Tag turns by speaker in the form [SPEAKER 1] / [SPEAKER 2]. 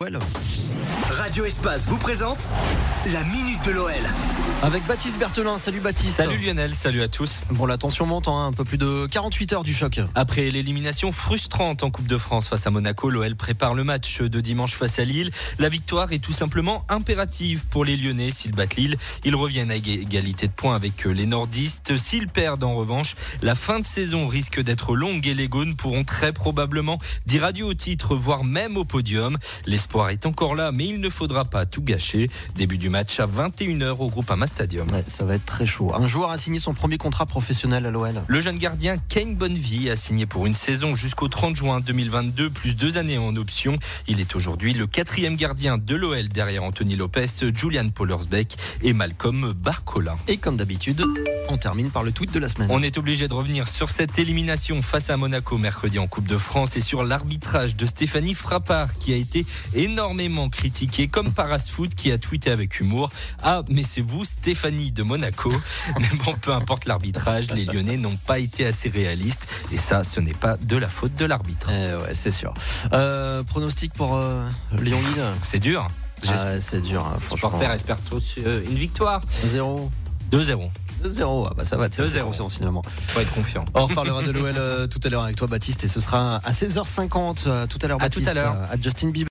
[SPEAKER 1] Well.
[SPEAKER 2] Radio Espace vous présente la minute de l'OL.
[SPEAKER 1] Avec Baptiste Berthelin. Salut Baptiste.
[SPEAKER 3] Salut Lionel, salut à tous.
[SPEAKER 1] Bon, la tension monte, hein, un peu plus de 48 heures du choc.
[SPEAKER 3] Après l'élimination frustrante en Coupe de France face à Monaco, l'OL prépare le match de dimanche face à Lille. La victoire est tout simplement impérative pour les Lyonnais. S'ils battent Lille, ils reviennent à égalité de points avec les Nordistes. S'ils perdent en revanche, la fin de saison risque d'être longue et les Gaunes pourront très probablement dire adieu au titre, voire même au podium. L'espoir est encore là, mais il ne faudra pas tout gâcher. Début du match à 21h au Groupama Stadium.
[SPEAKER 1] Ouais, ça va être très chaud. Un joueur a signé son premier contrat professionnel à l'OL.
[SPEAKER 3] Le jeune gardien Kane Bonnevie a signé pour une saison jusqu'au 30 juin 2022, plus deux années en option. Il est aujourd'hui le quatrième gardien de l'OL derrière Anthony Lopez, Julian Pollersbeck et Malcolm Barcola.
[SPEAKER 1] Et comme d'habitude, on termine par le tweet de la semaine.
[SPEAKER 3] On est obligé de revenir sur cette élimination face à Monaco mercredi en Coupe de France et sur l'arbitrage de Stéphanie Frappard qui a été énormément critiqué comme Parasfoot qui a tweeté avec humour Ah, mais c'est vous Stéphanie de Monaco. Mais bon, peu importe l'arbitrage, les Lyonnais n'ont pas été assez réalistes et ça, ce n'est pas de la faute de l'arbitre.
[SPEAKER 1] Eh ouais, c'est sûr. Euh, pronostic pour euh, Lyon-Lille
[SPEAKER 3] C'est dur.
[SPEAKER 1] Ah ouais, c'est dur. hein,
[SPEAKER 3] Les
[SPEAKER 1] franchement.
[SPEAKER 3] supporters espèrent tous euh, une victoire.
[SPEAKER 1] 0
[SPEAKER 3] 2-0.
[SPEAKER 1] 2-0, ah bah ça va, t'es
[SPEAKER 3] 2-0.
[SPEAKER 1] confiant finalement.
[SPEAKER 3] Faut être confiant.
[SPEAKER 1] On reparlera de l'OL euh, tout à l'heure avec toi Baptiste et ce sera à 16h50 euh, tout à l'heure
[SPEAKER 3] À tout
[SPEAKER 1] Baptiste
[SPEAKER 3] à l'heure.
[SPEAKER 1] euh, à Justin Bieber.